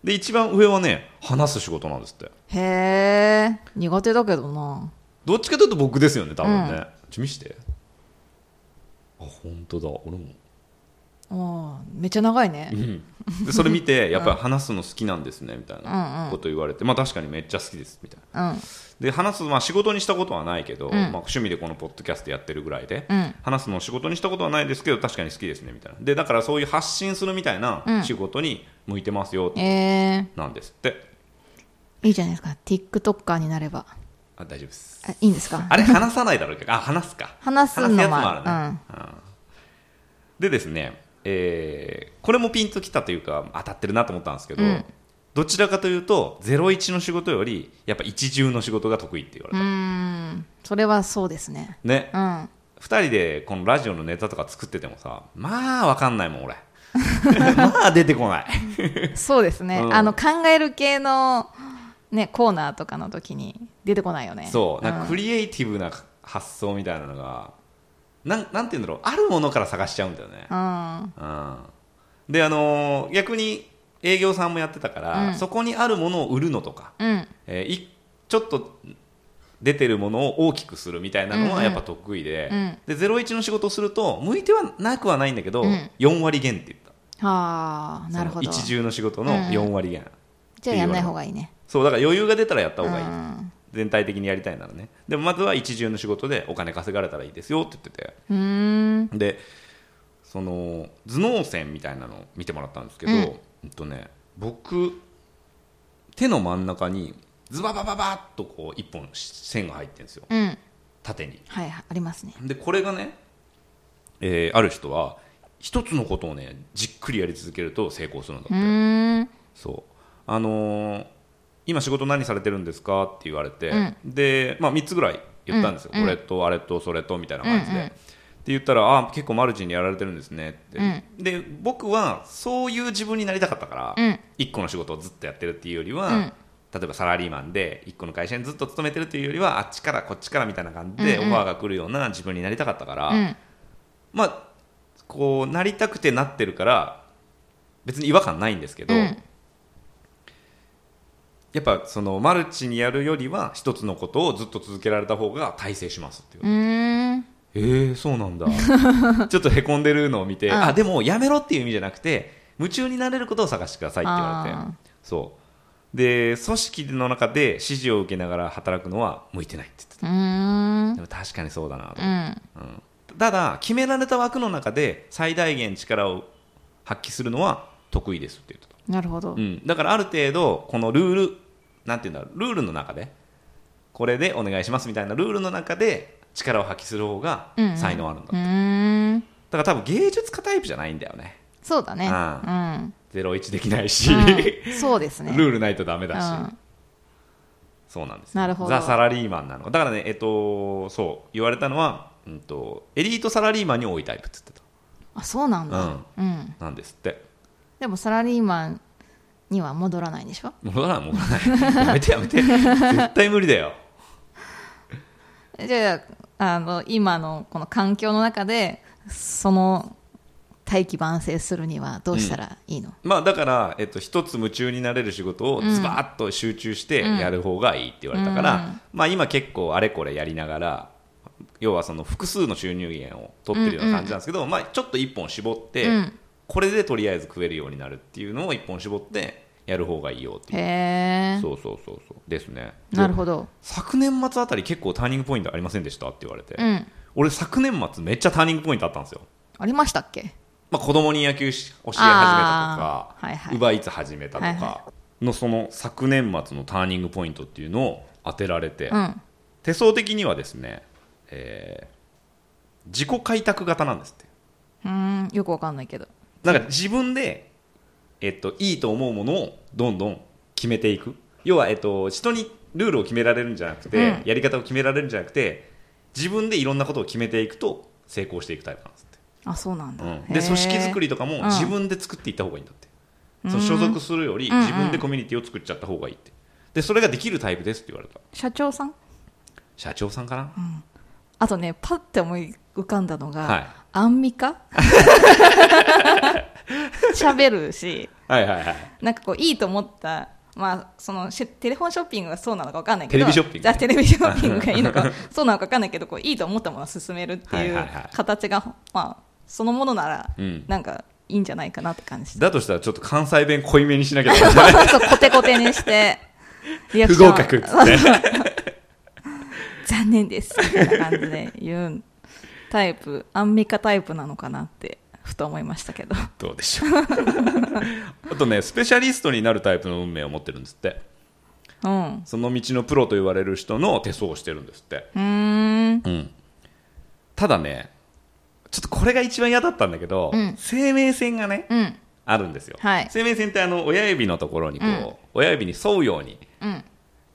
[SPEAKER 1] で一番上はね話す仕事なんですって
[SPEAKER 2] へえ苦手だけどな
[SPEAKER 1] どっちかというと僕ですよね多分ね、ちょ見してあ本当だ俺も
[SPEAKER 2] あーめっちゃ長いね
[SPEAKER 1] でそれ見てやっぱり話すの好きなんですねみたい
[SPEAKER 2] うんう
[SPEAKER 1] なんこと言われて、まあ確かにめっちゃ好きですみたいな
[SPEAKER 2] うん
[SPEAKER 1] で話す、まあ、仕事にしたことはないけど、
[SPEAKER 2] ん
[SPEAKER 1] まあ、趣味でこのポッドキャストやってるぐらいで、
[SPEAKER 2] うん
[SPEAKER 1] 話すのを仕事にしたことはないですけど確かに好きですねみたいなでだからそういう発信するみたいな
[SPEAKER 2] うん
[SPEAKER 1] 仕事に向いてますよ、
[SPEAKER 2] え
[SPEAKER 1] なんですって
[SPEAKER 2] ー、いいじゃないですか TikToker になれば
[SPEAKER 1] あ大丈夫です
[SPEAKER 2] あいいんですか
[SPEAKER 1] あれ話さないだろうけどあ話すか
[SPEAKER 2] 話すのも
[SPEAKER 1] やつもあるね、うんでですね、えーこれもピンときたというか当たってるなと思ったんですけど、
[SPEAKER 2] うん
[SPEAKER 1] どちらかというと01の仕事よりやっぱ一重の仕事が得意って言われた、
[SPEAKER 2] うーんそれはそうですね
[SPEAKER 1] ね
[SPEAKER 2] うん
[SPEAKER 1] 2人でこのラジオのネタとか作っててもさまあわかんないもん 俺まあ出てこない
[SPEAKER 2] そうですね、
[SPEAKER 1] うん
[SPEAKER 2] あの考える系の、ね、コーナーとかの時に出てこないよね
[SPEAKER 1] そうなんか
[SPEAKER 2] ん
[SPEAKER 1] クリエイティブな発想みたいなのがなんなんて言うんだろうあるものから探しちゃうんだよね
[SPEAKER 2] うん
[SPEAKER 1] うんであのー逆に営業さんもやってたから、
[SPEAKER 2] うん
[SPEAKER 1] そこにあるものを売るのとか、
[SPEAKER 2] うん
[SPEAKER 1] えーいちょっと出てるものを大きくするみたいなの
[SPEAKER 2] うんう
[SPEAKER 1] は
[SPEAKER 2] ん
[SPEAKER 1] やっぱ得意で,、
[SPEAKER 2] うん
[SPEAKER 1] で01の仕事をすると向いてはなくはないんだけど、
[SPEAKER 2] うん
[SPEAKER 1] 4割減って言った
[SPEAKER 2] はあなるほど
[SPEAKER 1] その一
[SPEAKER 2] じ
[SPEAKER 1] 重の仕事の4割減、
[SPEAKER 2] ゃあやんない方がいいね
[SPEAKER 1] そうだから余裕が出たらやった方がいい、
[SPEAKER 2] うん
[SPEAKER 1] 全体的にやりたいならねでもまずは一重の仕事でお金稼がれたらいいですよって言ってて
[SPEAKER 2] うーん
[SPEAKER 1] でその頭脳線みたいなのを見てもらったんですけど、
[SPEAKER 2] うん
[SPEAKER 1] うんとね、僕手の真ん中にズババババッとこう一本線が入ってるんですよ
[SPEAKER 2] うん
[SPEAKER 1] 縦に
[SPEAKER 2] はいはいありますね
[SPEAKER 1] でこれがね、えーある人は一つのことをねじっくりやり続けると成功するんだって
[SPEAKER 2] うーん
[SPEAKER 1] そうあのー今仕事何されてるんですかって言われて、
[SPEAKER 2] うん
[SPEAKER 1] で、まあ、3つぐらい言ったんですよ、
[SPEAKER 2] うん
[SPEAKER 1] これとあれとそれとみたいな感じで、
[SPEAKER 2] うんうん
[SPEAKER 1] って言ったらあ結構マルチにやられてるんですねって、
[SPEAKER 2] う
[SPEAKER 1] で僕はそういう自分になりたかったから、
[SPEAKER 2] うん
[SPEAKER 1] 1個の仕事をずっとやってるっていうよりは、
[SPEAKER 2] うん
[SPEAKER 1] 例えばサラリーマンで1個の会社にずっと勤めてるっていうよりはあっちからこっちからみたいな感じでオ
[SPEAKER 2] う
[SPEAKER 1] フ
[SPEAKER 2] んうん
[SPEAKER 1] ァーが来るような自分になりたかったから、
[SPEAKER 2] うん
[SPEAKER 1] まあこうなりたくてなってるから別に違和感ないんですけど、
[SPEAKER 2] うん
[SPEAKER 1] やっぱそのマルチにやるよりは一つのことをずっと続けられた方が大成しますっていう
[SPEAKER 2] うーん
[SPEAKER 1] えー、そうなん だちょっとへこんでるのを見て、
[SPEAKER 2] うん
[SPEAKER 1] あでもやめろっていう意味じゃなくて夢中になれることを探してくださいって言われて
[SPEAKER 2] あ
[SPEAKER 1] そうで組織の中で指示を受けながら働くのは向いてないって言って
[SPEAKER 2] うーん
[SPEAKER 1] たでも確かにそうだなと
[SPEAKER 2] うん
[SPEAKER 1] ただ決められた枠の中で最大限力を発揮するのは得意ですって言ってた
[SPEAKER 2] なるほど
[SPEAKER 1] うん、だからある程度このルールなんていうんだろうルールの中でこれでお願いしますみたいなルールの中で力を発揮する方が
[SPEAKER 2] うんうん
[SPEAKER 1] 才能あるんだ、
[SPEAKER 2] うーん
[SPEAKER 1] だから多分芸術家タイプじゃないんだよね
[SPEAKER 2] そうだね
[SPEAKER 1] あ
[SPEAKER 2] う
[SPEAKER 1] 01できないし、
[SPEAKER 2] んうんそうですね
[SPEAKER 1] ルールないとダメだし、
[SPEAKER 2] うん
[SPEAKER 1] そうなんです
[SPEAKER 2] なるほど
[SPEAKER 1] ザ・サラリーマンなのだからねえっとそう言われたのは、うん、とエリートサラリーマンに多いタイプっつって
[SPEAKER 2] あそうなん
[SPEAKER 1] う
[SPEAKER 2] だ
[SPEAKER 1] ん
[SPEAKER 2] うん
[SPEAKER 1] たなんですって
[SPEAKER 2] でもサラリーマンには戻らないんでしょ
[SPEAKER 1] 戻らない戻らないやめてやめて絶対無理だよ
[SPEAKER 2] じゃああの今のこの環境の中でその大器晩成するにはどうしたらいいの、
[SPEAKER 1] まあだから、えっと、一つ夢中になれる仕事をズバーッと集中してやる方がいいって言われたから、まあ今結構あれこれやりながら要はその複数の収入源を取ってるような感じなんですけど、まあちょっと一本絞って、
[SPEAKER 2] うん
[SPEAKER 1] これでとりあえず食えるようになるっていうのを一本絞ってやる方がいいよっていう、
[SPEAKER 2] へえ
[SPEAKER 1] そうそうそうそうですね
[SPEAKER 2] なる
[SPEAKER 1] ど
[SPEAKER 2] ほど
[SPEAKER 1] 昨年末あたり結構ターニングポイントありませんでしたって言われて、
[SPEAKER 2] うん
[SPEAKER 1] 俺昨年末めっちゃターニングポイントあったんですよ
[SPEAKER 2] ありましたっけ
[SPEAKER 1] まあ、子供に野球し教え始めたとか
[SPEAKER 2] あ、ーはいはい
[SPEAKER 1] ウバイツ始めたと
[SPEAKER 2] はい
[SPEAKER 1] か
[SPEAKER 2] は
[SPEAKER 1] のその昨年末のターニングポイントっていうのを当てられて、
[SPEAKER 2] うん
[SPEAKER 1] 手相的にはですね、えー自己開拓型なんですって
[SPEAKER 2] うーんよくわかんないけど
[SPEAKER 1] なんか自分で、えっと、いいと思うものをどんどん決めていく要は、えっと、人にルールを決められるんじゃなくて、
[SPEAKER 2] うん
[SPEAKER 1] やり方を決められるんじゃなくて自分でいろんなことを決めていくと成功していくタイプなんですって
[SPEAKER 2] あそうなんだ、
[SPEAKER 1] うん、で組織作
[SPEAKER 2] り
[SPEAKER 1] りとかも
[SPEAKER 2] ん
[SPEAKER 1] 自分で作っていった方がいいんだって、その所属するより
[SPEAKER 2] んうん
[SPEAKER 1] 自分でコミュニティを作っちゃった方がいいってでそれができるタイプですって言われた
[SPEAKER 2] 社長さん
[SPEAKER 1] 社長さんかな、
[SPEAKER 2] あとねパッて思い浮かんだのが、
[SPEAKER 1] はい
[SPEAKER 2] アンミカ 喋るし
[SPEAKER 1] はいはいはい
[SPEAKER 2] なんかこういいと思った、まあ、そのしテレフォンショッピングがそうなのかわかんないけ
[SPEAKER 1] テ
[SPEAKER 2] ど
[SPEAKER 1] レビショッピング
[SPEAKER 2] じゃあテレビショッピングがいい のかそうなのかわかんないけどこういいと思ったものを進めるってい
[SPEAKER 1] はいうはいはい
[SPEAKER 2] 形が、まあ、そのものなら、
[SPEAKER 1] うん
[SPEAKER 2] なんかいいんじゃないかなって感じ
[SPEAKER 1] だとしたらちょっと関西弁濃いめにしなきゃダメ
[SPEAKER 2] そうそうコテコテにしてリアク
[SPEAKER 1] 不
[SPEAKER 2] ション
[SPEAKER 1] 合格っつって
[SPEAKER 2] 残念ですみたいな感じで言うタイプアンミカタイプなのかなってふと思いましたけど
[SPEAKER 1] どうで しょうあとねスペシャリストになるタイプの運命を持ってるんですって
[SPEAKER 2] うん
[SPEAKER 1] その道のプロと言われる人の手相をしてるんですって、
[SPEAKER 2] うーん
[SPEAKER 1] うん、ただねちょっとこれが一番嫌だったんだけど、
[SPEAKER 2] うん
[SPEAKER 1] 生命線がね
[SPEAKER 2] うん
[SPEAKER 1] あるんですよ、
[SPEAKER 2] はい
[SPEAKER 1] 生命線ってあの親指のところにこう、
[SPEAKER 2] うん
[SPEAKER 1] 親指に沿うように、
[SPEAKER 2] うん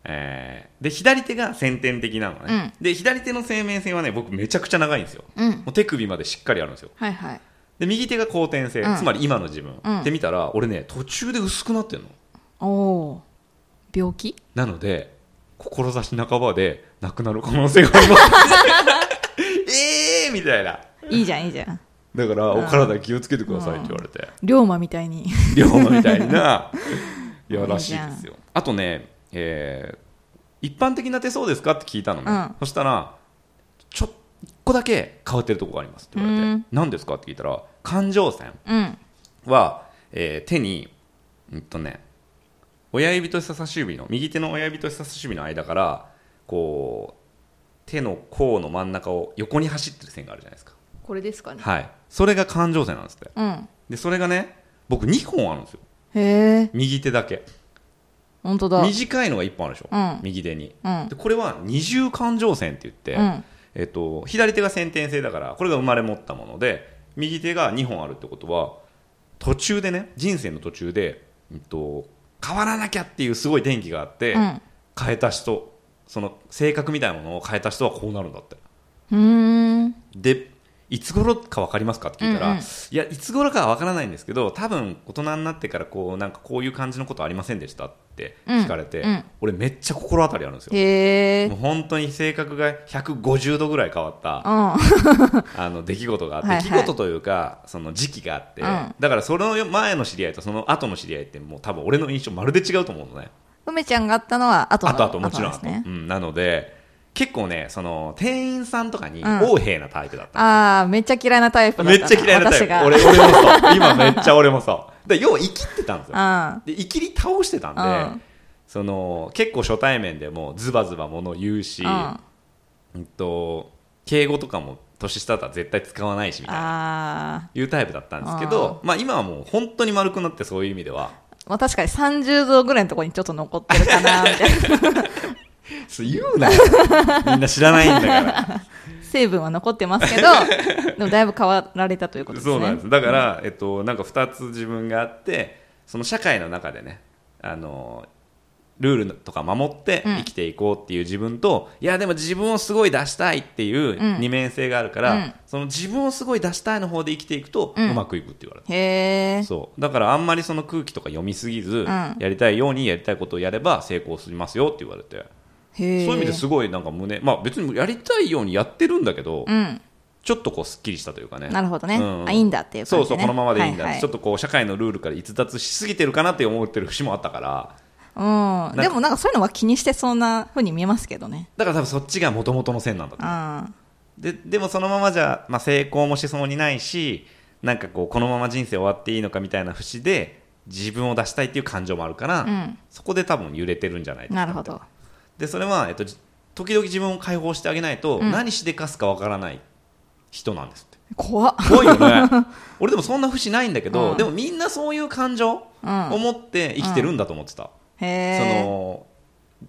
[SPEAKER 1] えーで左手が先天的なのね、で左手の生命線はね僕めちゃくちゃ長いんですよ、
[SPEAKER 2] うん
[SPEAKER 1] もう手首までしっかりあるんですよ
[SPEAKER 2] はいはい
[SPEAKER 1] で右手が後天性、
[SPEAKER 2] うん
[SPEAKER 1] つまり今の自分、
[SPEAKER 2] うん
[SPEAKER 1] って見たら俺ね途中で薄くなってるの
[SPEAKER 2] おおー病気
[SPEAKER 1] なので志半ばで亡くなる可能性があります えーみたい ない
[SPEAKER 2] いじゃんいいじゃん
[SPEAKER 1] だからお体気をつけてくださいって言われて、
[SPEAKER 2] 龍馬みたいに
[SPEAKER 1] 龍馬みたい ないやらしいです
[SPEAKER 2] いいじ
[SPEAKER 1] よあとね、えー一般的な手相ですかって聞いたのね、
[SPEAKER 2] うん
[SPEAKER 1] そしたらちょっ個だけ変わってるとこがありますって言われて、
[SPEAKER 2] うん
[SPEAKER 1] 何ですかって聞いたら感情線
[SPEAKER 2] うん
[SPEAKER 1] は、えー手に、うんとね、親指と人差し指の右手の親指と人差し指の間からこう手の甲の真ん中を横に走ってる線があるじゃないですか、
[SPEAKER 2] これですかね
[SPEAKER 1] はい、それが感情線なんですって
[SPEAKER 2] うん
[SPEAKER 1] でそれがね僕2本あるんですよ
[SPEAKER 2] へえ
[SPEAKER 1] 右手だけ
[SPEAKER 2] 本当だ
[SPEAKER 1] 短いのが1本あるでしょ、
[SPEAKER 2] うん
[SPEAKER 1] 右手に
[SPEAKER 2] うん
[SPEAKER 1] でこれは二重感情線って言って、
[SPEAKER 2] うん
[SPEAKER 1] えっと、左手が先天性だからこれが生まれ持ったもので右手が2本あるってことは途中でね人生の途中で、うんと、変わらなきゃっていうすごい電気があって、
[SPEAKER 2] うん
[SPEAKER 1] 変えた人その性格みたいなものを変えた人はこうなるんだって
[SPEAKER 2] うーん
[SPEAKER 1] でいつ頃か分かりますかって聞いたら、
[SPEAKER 2] うんうん
[SPEAKER 1] いやいつ頃かは分からないんですけど多分大人になってからこうなんかこういう感じのことありませんでしたって聞かれて、
[SPEAKER 2] うんうん
[SPEAKER 1] 俺めっちゃ心当たりあるんですよ
[SPEAKER 2] へえ
[SPEAKER 1] もう本当に性格が150度ぐらい変わった
[SPEAKER 2] うん
[SPEAKER 1] あの出来事があって、
[SPEAKER 2] はいはい
[SPEAKER 1] 出来事というかその時期があって、
[SPEAKER 2] うん
[SPEAKER 1] だからその前の知り合いとその後の知り合いってもう多分俺の印象まるで違うと思うのね
[SPEAKER 2] 梅ちゃんがあったのは後
[SPEAKER 1] あ
[SPEAKER 2] の
[SPEAKER 1] とあともちろん
[SPEAKER 2] で
[SPEAKER 1] 後
[SPEAKER 2] すね
[SPEAKER 1] うん、なので結構ねその店員さんとかに
[SPEAKER 2] うん
[SPEAKER 1] 横柄なタイプだった、
[SPEAKER 2] ああめっちゃ嫌いなタイプだ
[SPEAKER 1] め
[SPEAKER 2] っ
[SPEAKER 1] ったちゃ嫌いなタイ
[SPEAKER 2] 私が
[SPEAKER 1] プ俺俺もそう今めっちゃ俺もそうでよう生きてたんですよ
[SPEAKER 2] うん
[SPEAKER 1] でいきり倒してたんで、
[SPEAKER 2] うん
[SPEAKER 1] その結構初対面でもうズバズバもの言うし、
[SPEAKER 2] うん
[SPEAKER 1] うんと敬語とかも年下だったら絶対使わないしみたいな
[SPEAKER 2] あ
[SPEAKER 1] いうタイプだったんですけど、まあ、今はもう本当に丸くなってそういう意味で は
[SPEAKER 2] ーまあ確かに30度ぐらいのところにちょっと残ってるかなみたいな
[SPEAKER 1] そう言うなよみんな知らないんだか
[SPEAKER 2] 成分は残ってま すけどでもだいぶ変わられたというこ
[SPEAKER 1] ら、
[SPEAKER 2] とです
[SPEAKER 1] そ
[SPEAKER 2] ね
[SPEAKER 1] うなんですだから、えっと、なんか2つ自分があってその社会の中でねあのルールとか守って
[SPEAKER 2] うん
[SPEAKER 1] 生きていこうっていう自分と、いやでも自分をすごい出したいっていう
[SPEAKER 2] うん
[SPEAKER 1] 二面性があるから、
[SPEAKER 2] うん
[SPEAKER 1] その自分をすごい出したいの方で生きていくとう
[SPEAKER 2] うん
[SPEAKER 1] まくいくって言われた
[SPEAKER 2] へえ
[SPEAKER 1] そうだからあんまりその空気とか読みすぎず、
[SPEAKER 2] ん
[SPEAKER 1] やりたいようにやりたいことをやれば成功しますよって言われて、
[SPEAKER 2] そう
[SPEAKER 1] そういう意味ですごいなんか胸まあ別にやりたいようにやってるんだけど、
[SPEAKER 2] うん
[SPEAKER 1] ちょっとこうすっきりしたというかね
[SPEAKER 2] なるほどね、
[SPEAKER 1] うん
[SPEAKER 2] あいいんだっていう
[SPEAKER 1] そ
[SPEAKER 2] 感
[SPEAKER 1] う
[SPEAKER 2] じ、ね、
[SPEAKER 1] そうこのままでいいんだ、
[SPEAKER 2] はは
[SPEAKER 1] ちょっとこう社会のルールから逸脱しすぎてるかなって思ってる節もあったから
[SPEAKER 2] うん、でもなんかそういうのは気にしてそうなふうに見えますけどね。
[SPEAKER 1] だから多分そっちが元々の線なんだと
[SPEAKER 2] あ
[SPEAKER 1] ででもそのままじゃ、まあ、成功もしそうにないしなんかこうこのまま人生終わっていいのかみたいな節で自分を出したいっていう感情もあるから、
[SPEAKER 2] うん
[SPEAKER 1] そこで多分揺れてるんじゃないですか
[SPEAKER 2] なるほど。
[SPEAKER 1] でそれは、えっと、じ時々自分を解放してあげないと、
[SPEAKER 2] うん
[SPEAKER 1] 何しでかすかわからない人なんですって
[SPEAKER 2] 怖っ。
[SPEAKER 1] 怖いよ ね俺でもそんな節ないんだけど、
[SPEAKER 2] うん
[SPEAKER 1] でもみんなそういう感情
[SPEAKER 2] うん
[SPEAKER 1] を持って生きてるんだと思ってた、
[SPEAKER 2] へ
[SPEAKER 1] そ
[SPEAKER 2] え。
[SPEAKER 1] の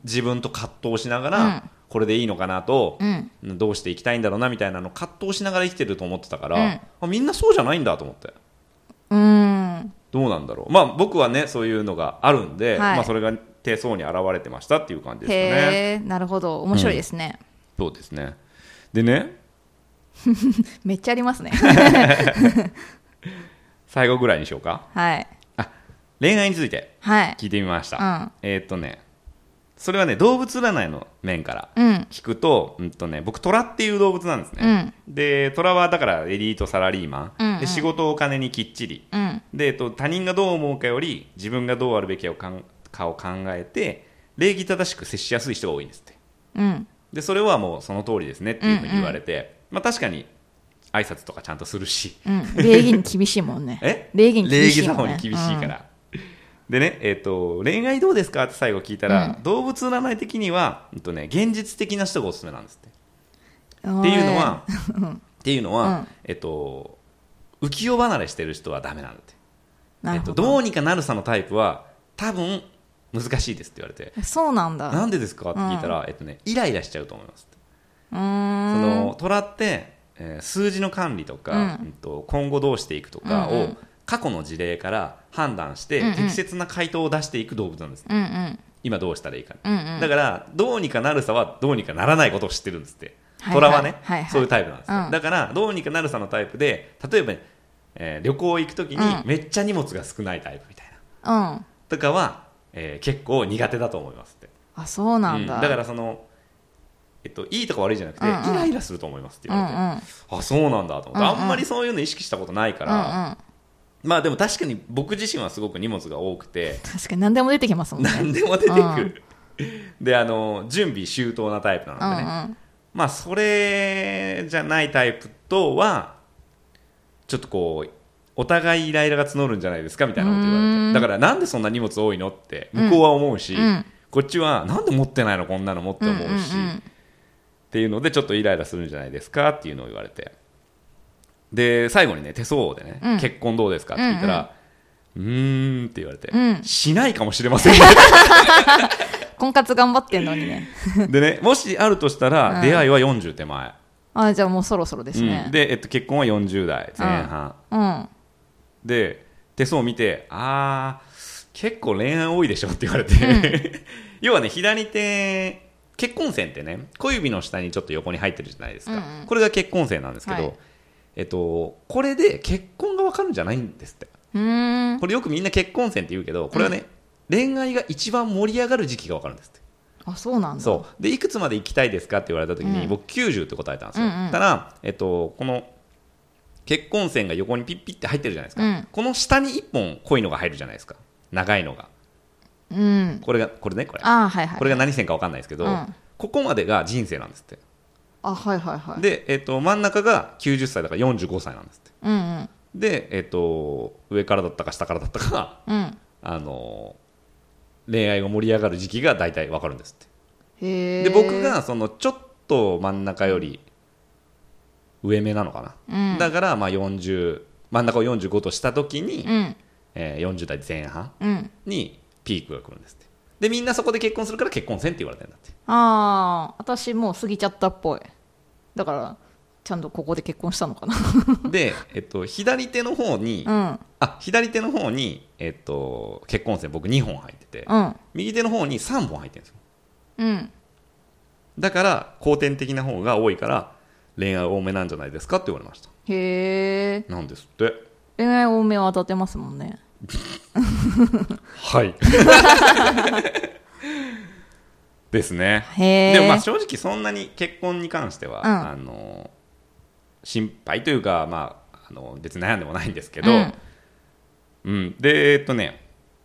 [SPEAKER 1] 自分と葛藤しながら、
[SPEAKER 2] うん
[SPEAKER 1] これでいいのかなと、
[SPEAKER 2] うん。
[SPEAKER 1] どうしていきたいんだろうなみたいなの葛藤しながら生きてると思ってたから、
[SPEAKER 2] うん
[SPEAKER 1] あみんなそうじゃないんだと思って
[SPEAKER 2] うん。
[SPEAKER 1] どうなんだろうまあ僕はねそういうのがあるんで、
[SPEAKER 2] はい
[SPEAKER 1] まあ、それが手相に現れてましたっていう感じですかね。
[SPEAKER 2] へえ。なるほど。面白いですね。
[SPEAKER 1] そうですね。でね、
[SPEAKER 2] めっちゃあり ますね
[SPEAKER 1] 最後ぐらいにしようか
[SPEAKER 2] はい
[SPEAKER 1] 恋愛について
[SPEAKER 2] はい
[SPEAKER 1] 聞いてみました、
[SPEAKER 2] うん
[SPEAKER 1] えーっとねそれはね動物占いの面から
[SPEAKER 2] うん
[SPEAKER 1] 聞くと,、うんとね、僕トラっていう動物なんです
[SPEAKER 2] う
[SPEAKER 1] ね、
[SPEAKER 2] ん
[SPEAKER 1] でトラはだからエリートサラリーマン、
[SPEAKER 2] うんうん
[SPEAKER 1] で仕事をお金にきっちり
[SPEAKER 2] うん
[SPEAKER 1] で、えっと、他人がどう思うかより自分がどうあるべきかをかんかを考えて礼儀正しく接しやすい人が多いんですって
[SPEAKER 2] うん
[SPEAKER 1] でそれはもうその通りですねっていうふうに言われて、まあ、確かに挨拶とかちゃんとするし
[SPEAKER 2] うん礼儀に厳しいもんね
[SPEAKER 1] え
[SPEAKER 2] 礼儀に厳しい
[SPEAKER 1] 礼儀
[SPEAKER 2] も
[SPEAKER 1] 作
[SPEAKER 2] ん
[SPEAKER 1] 法
[SPEAKER 2] ね
[SPEAKER 1] に厳しいから、でね、えっと恋愛どうですかって最後聞いたら、動物占い的には、うんとね、現実的な人がおすすめなんですって
[SPEAKER 2] うん
[SPEAKER 1] っていうのは、っていうのは、
[SPEAKER 2] うん
[SPEAKER 1] えっと、浮世離れしてる人はダメなんだって。
[SPEAKER 2] な
[SPEAKER 1] えっ
[SPEAKER 2] るほ
[SPEAKER 1] と、
[SPEAKER 2] ど
[SPEAKER 1] どうにかなるさのタイプは、多分、難しいですって言われて、
[SPEAKER 2] そうなんだ
[SPEAKER 1] なんでですかって聞いたら、えっとね、イライラしちゃうと思いますって。
[SPEAKER 2] う
[SPEAKER 1] そ
[SPEAKER 2] ーん
[SPEAKER 1] の、虎って、えー数字の管理とか、
[SPEAKER 2] うん
[SPEAKER 1] うんと今後どうしていくとかを、
[SPEAKER 2] うんうん
[SPEAKER 1] 過去の事例から判断して、
[SPEAKER 2] うんうん
[SPEAKER 1] 適切な回答を出していく動物なんです。
[SPEAKER 2] うんうん
[SPEAKER 1] 今どうしたらいいか。
[SPEAKER 2] うんうん
[SPEAKER 1] だからどうにかなるさはどうにかならないことを知ってるんですって
[SPEAKER 2] はい
[SPEAKER 1] 虎はね、
[SPEAKER 2] はいはい
[SPEAKER 1] そういうタイプなんですよ、
[SPEAKER 2] うん
[SPEAKER 1] だからどうにかなるさのタイプで例えば、えー旅行行く時
[SPEAKER 2] う
[SPEAKER 1] に
[SPEAKER 2] ん
[SPEAKER 1] めっちゃ荷物が少ないタイプみたいな、
[SPEAKER 2] うん
[SPEAKER 1] とかは、えー結構苦手だと思いますって
[SPEAKER 2] あそうなんだ、
[SPEAKER 1] うんからその、えっと、いいとか悪いじゃなくて、
[SPEAKER 2] うんうん
[SPEAKER 1] イライラすると思いますって
[SPEAKER 2] う
[SPEAKER 1] 言われて、
[SPEAKER 2] んうん
[SPEAKER 1] あそうなんだと思って、
[SPEAKER 2] うんうん
[SPEAKER 1] あんまりそういうの意識したことないか
[SPEAKER 2] う
[SPEAKER 1] ら、
[SPEAKER 2] んうん
[SPEAKER 1] まあでも確かに僕自身はすごく荷物が多くて
[SPEAKER 2] 確かに何でも出てきますもんね
[SPEAKER 1] 何でも出てくる、であの準備周到なタイプなのでね、まあそれじゃないタイプとはちょっとこうお互いイライラが募るんじゃないですかみたいなこと言
[SPEAKER 2] う
[SPEAKER 1] わ
[SPEAKER 2] ー
[SPEAKER 1] れ
[SPEAKER 2] ん
[SPEAKER 1] てだからなんでそんな荷物多いのって向こうは思うし、
[SPEAKER 2] うんうん
[SPEAKER 1] こっちはなんで持ってないのこんなのもって
[SPEAKER 2] うんうん
[SPEAKER 1] 思うし、
[SPEAKER 2] うんうん
[SPEAKER 1] っていうのでちょっとイライラするんじゃないですかっていうのを言われてで最後にね手相でね、
[SPEAKER 2] うん
[SPEAKER 1] 結婚どうですかって聞いたら、うーんって言われて、
[SPEAKER 2] うん
[SPEAKER 1] しないかもしれません
[SPEAKER 2] 婚活頑張ってんのにね
[SPEAKER 1] でねもしあるとしたら、
[SPEAKER 2] うん
[SPEAKER 1] 出会いは40手前
[SPEAKER 2] あじゃあもうそろそろです
[SPEAKER 1] う
[SPEAKER 2] ね
[SPEAKER 1] ん、で、えっと、結婚は40代前半、
[SPEAKER 2] うん
[SPEAKER 1] で手相を見てあー結構恋愛多いでしょって言われて、 要はね左手結婚線ってね小指の下にちょっと横に入ってるじゃないですか、
[SPEAKER 2] うんうん
[SPEAKER 1] これが結婚線なんですけど、
[SPEAKER 2] はい
[SPEAKER 1] えっと、これで結婚が分かるんじゃないんですって
[SPEAKER 2] うーん
[SPEAKER 1] これよくみんな結婚線って言うけどこれはね、恋愛が一番盛り上がる時期が分かるんですって
[SPEAKER 2] あそうなんだ
[SPEAKER 1] そうでいくつまで行きたいですかって言われた時に、
[SPEAKER 2] うん
[SPEAKER 1] 僕90って答えたんですよ、
[SPEAKER 2] うんうん
[SPEAKER 1] たら、えっと、この結婚線が横にピッピッって入ってるじゃないですか、
[SPEAKER 2] うん
[SPEAKER 1] この下に1本濃いのが入るじゃないですか長いのが
[SPEAKER 2] うん
[SPEAKER 1] これがこれねこれ
[SPEAKER 2] あはいはい
[SPEAKER 1] これが何線か分かんないですけど、
[SPEAKER 2] うん
[SPEAKER 1] ここまでが人生なんですって
[SPEAKER 2] あはいはいはい
[SPEAKER 1] で、えっと、真ん中が90歳だから45歳なんですって
[SPEAKER 2] うんうん
[SPEAKER 1] で、えっと、上からだったか下からだったか
[SPEAKER 2] うん
[SPEAKER 1] あの恋愛が盛り上がる時期が大体分かるんですって
[SPEAKER 2] へえ
[SPEAKER 1] で僕がそのちょっと真ん中より上目なのかな、だからまあ40真ん中を45とした時に、
[SPEAKER 2] うん
[SPEAKER 1] えー40代前半
[SPEAKER 2] うん
[SPEAKER 1] にピークが来るんですってでみんなそこで結婚するから結婚せんって言われてんだって
[SPEAKER 2] ああ私もう過ぎちゃったっぽいだからちゃんとここで結婚したのかな
[SPEAKER 1] で、えっと、左手の方に、
[SPEAKER 2] うん
[SPEAKER 1] あ左手の方に、えっと、結婚線僕2本入ってて
[SPEAKER 2] うん
[SPEAKER 1] 右手の方に3本入ってるんですよ
[SPEAKER 2] うん
[SPEAKER 1] だから後天的な方が多いから恋愛多めなんじゃないですかって言われました
[SPEAKER 2] へえ
[SPEAKER 1] なんですって
[SPEAKER 2] 恋愛多めは当たってますもんね
[SPEAKER 1] はい。 ですね。
[SPEAKER 2] へえ
[SPEAKER 1] でもまあ正直そんなに結婚に関しては、
[SPEAKER 2] うん
[SPEAKER 1] あの心配というか、まあ、あの別に悩んでもないんですけど、
[SPEAKER 2] う
[SPEAKER 1] うんんでえっとね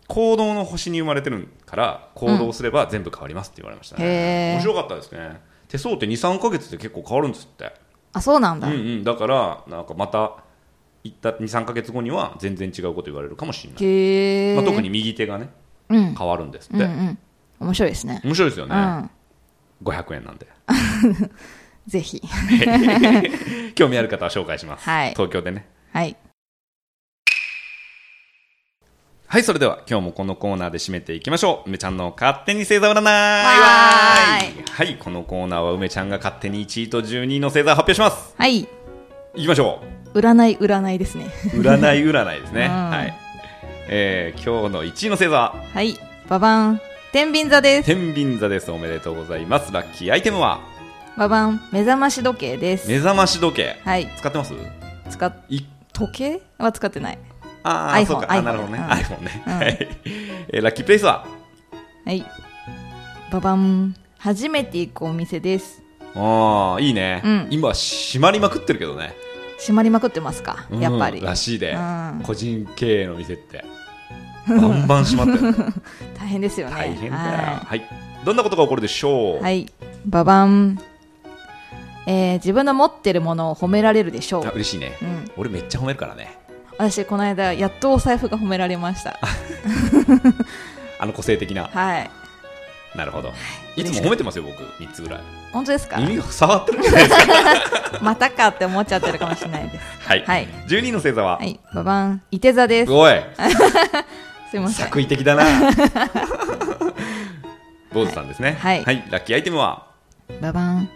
[SPEAKER 1] 行動の星に生まれてるから行動すれば全部変わりますって言われました
[SPEAKER 2] うんへ
[SPEAKER 1] ね、
[SPEAKER 2] え
[SPEAKER 1] 面白かったですね手相って23か月で結構変わるんですって
[SPEAKER 2] あそうなんだ
[SPEAKER 1] うんうん、だからなんかまた行った23か月後には全然違うこと言われるかもしれない、
[SPEAKER 2] へえ
[SPEAKER 1] まあ、特に右手がね
[SPEAKER 2] うん
[SPEAKER 1] 変わるんですっ
[SPEAKER 2] うんう
[SPEAKER 1] て、
[SPEAKER 2] ん面白いですね
[SPEAKER 1] 面白いですよ
[SPEAKER 2] う
[SPEAKER 1] ね、
[SPEAKER 2] ん
[SPEAKER 1] 500円なんで
[SPEAKER 2] ぜひ
[SPEAKER 1] 興味ある方は紹介します、
[SPEAKER 2] はい
[SPEAKER 1] 東京でね
[SPEAKER 2] はい
[SPEAKER 1] はいそれでは今日もこのコーナーで締めていきましょう梅ちゃんの勝手に星座占い
[SPEAKER 2] ー
[SPEAKER 1] はいこのコーナーは梅ちゃんが勝手に1位と12位の星座を発表します
[SPEAKER 2] はい
[SPEAKER 1] いきましょ
[SPEAKER 2] 占い占いですね
[SPEAKER 1] う占い占いですね
[SPEAKER 2] うん
[SPEAKER 1] はいえー、今日の1位の星座は
[SPEAKER 2] はいババン天秤座です
[SPEAKER 1] 天秤座ですおめでとうございますラッキーアイテムは
[SPEAKER 2] ババン目覚まし時計です
[SPEAKER 1] 目覚まし時計
[SPEAKER 2] はい
[SPEAKER 1] 使ってます
[SPEAKER 2] 使っ
[SPEAKER 1] い
[SPEAKER 2] 時計は使ってない
[SPEAKER 1] ああ
[SPEAKER 2] iPhone
[SPEAKER 1] そうかあ
[SPEAKER 2] iPhone
[SPEAKER 1] なるほどね
[SPEAKER 2] うん
[SPEAKER 1] iPhone ね、
[SPEAKER 2] うん
[SPEAKER 1] はいえーラッキープレイスは
[SPEAKER 2] はいババン初めて行くお店です
[SPEAKER 1] ああいいね、
[SPEAKER 2] うん
[SPEAKER 1] 今閉まりまくってるけどね
[SPEAKER 2] 閉まりまくってますか
[SPEAKER 1] うん
[SPEAKER 2] やっぱり、
[SPEAKER 1] らしいで、
[SPEAKER 2] うん
[SPEAKER 1] 個人経営の店ってバンバン閉まってる
[SPEAKER 2] 大変ですよね
[SPEAKER 1] 大変だよ
[SPEAKER 2] は
[SPEAKER 1] はい、どんなことが起こるでしょう、
[SPEAKER 2] い、はい、ババン、えー自分の持ってるものを褒められるでしょ
[SPEAKER 1] あ
[SPEAKER 2] う、
[SPEAKER 1] 嬉しいね、
[SPEAKER 2] うん、
[SPEAKER 1] 俺めっちゃ褒めるからね
[SPEAKER 2] 私この間やっとお財布が褒められました
[SPEAKER 1] あの個性的な
[SPEAKER 2] はい
[SPEAKER 1] なるほどいつも褒めてますよ僕3つぐらい
[SPEAKER 2] 本当ですか
[SPEAKER 1] 耳が触ってるんじゃないですか
[SPEAKER 2] またかって思っちゃってるかもしれないです
[SPEAKER 1] はい、
[SPEAKER 2] はい
[SPEAKER 1] 12の星座は、
[SPEAKER 2] はいババンいて座です
[SPEAKER 1] すごい
[SPEAKER 2] すいません
[SPEAKER 1] 作為的だ な坊主さんですね
[SPEAKER 2] はい
[SPEAKER 1] ラッキーアイテムは
[SPEAKER 2] ババン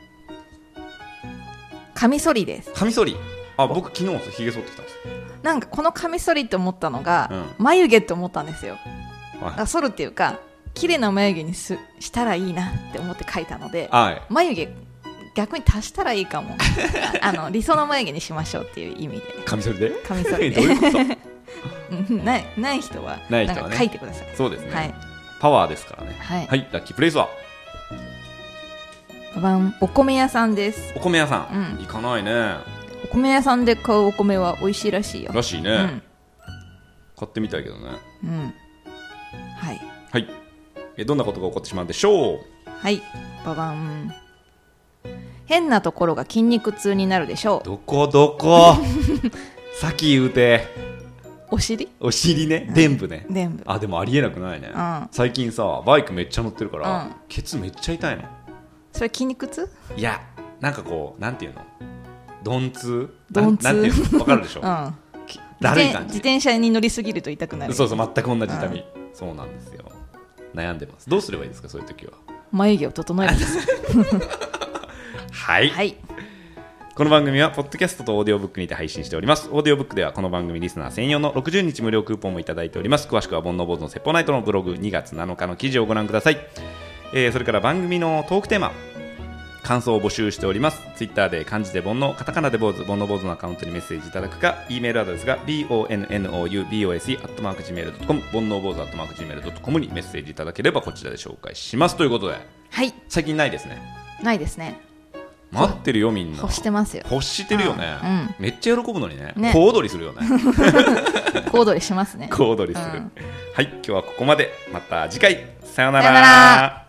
[SPEAKER 2] カミソリです
[SPEAKER 1] カミソリあ僕昨日ひげ剃ってきたんです
[SPEAKER 2] なんかこのカミソリって思ったのが、
[SPEAKER 1] う
[SPEAKER 2] 眉毛って思ったんですよ
[SPEAKER 1] はい
[SPEAKER 2] だから剃るっていうか綺麗な眉毛にすしたらいいなって思って書いたので
[SPEAKER 1] はい
[SPEAKER 2] 眉毛逆に足したらいいかも あの理想の眉毛にしましょうっていう意味で
[SPEAKER 1] カミソリで
[SPEAKER 2] カミ ソ
[SPEAKER 1] どう
[SPEAKER 2] リで
[SPEAKER 1] いうこと
[SPEAKER 2] うんないない人は
[SPEAKER 1] ない人はね
[SPEAKER 2] んか書いてくださ い
[SPEAKER 1] そうですね、
[SPEAKER 2] はい
[SPEAKER 1] パワーですからね
[SPEAKER 2] はい
[SPEAKER 1] ラッキープレイスは
[SPEAKER 2] ババンお米屋さんです
[SPEAKER 1] お米屋さん、
[SPEAKER 2] うん
[SPEAKER 1] 行かないね
[SPEAKER 2] お米屋さんで買うお米は美味しいらしいよ
[SPEAKER 1] らしいね、
[SPEAKER 2] うん
[SPEAKER 1] 買ってみたいけどね
[SPEAKER 2] うんはい
[SPEAKER 1] はいえどんなことが起こってしまうでしょう
[SPEAKER 2] はいババン変なところが筋肉痛になるでしょう
[SPEAKER 1] どこど こさっき言うて
[SPEAKER 2] お尻
[SPEAKER 1] お尻ね臀部ね
[SPEAKER 2] 全部
[SPEAKER 1] あでもありえなくないね、
[SPEAKER 2] うん
[SPEAKER 1] 最近さバイクめっちゃ乗ってるから、
[SPEAKER 2] うん
[SPEAKER 1] ケツめっちゃ痛いの
[SPEAKER 2] それ筋肉痛
[SPEAKER 1] いやなんかこうなんていうの鈍痛
[SPEAKER 2] 鈍痛
[SPEAKER 1] なんなんていうのわかるでしょ、
[SPEAKER 2] うん
[SPEAKER 1] きだるい感
[SPEAKER 2] 自
[SPEAKER 1] じ
[SPEAKER 2] 転車に乗りすぎると痛くなる
[SPEAKER 1] そうそう全く同じ痛み、そうなんですよ悩んでますどうすればいいですかそういう時は
[SPEAKER 2] 眉毛を 整える
[SPEAKER 1] はい
[SPEAKER 2] はい
[SPEAKER 1] この番組はポッドキャストとオーディオブックにて配信しておりますオーディオブックではこの番組リスナー専用の60日無料クーポンもいただいております詳しくは煩悩坊主の説法ナイトのブログ2月7日の記事をご覧ください、えーそれから番組のトークテーマ感想を募集しておりますツイッターで漢字で煩悩カタカナで坊主煩悩坊主のアカウントにメッセージいただくか E メールアドレスが bonoubose.gmail.com 煩悩坊主 .gmail.com にメッセージいただければこちらで紹介しますということで
[SPEAKER 2] はい
[SPEAKER 1] 最近ないですね
[SPEAKER 2] ないですね
[SPEAKER 1] 待ってるよみんな
[SPEAKER 2] 干してま すよ
[SPEAKER 1] 欲してるよね、めっちゃ喜ぶのにね
[SPEAKER 2] ね
[SPEAKER 1] 小踊りするよ ね
[SPEAKER 2] 小踊りしますね
[SPEAKER 1] 小踊りする、
[SPEAKER 2] うん
[SPEAKER 1] はい今日はここまでまた次回さようなら
[SPEAKER 2] さようなら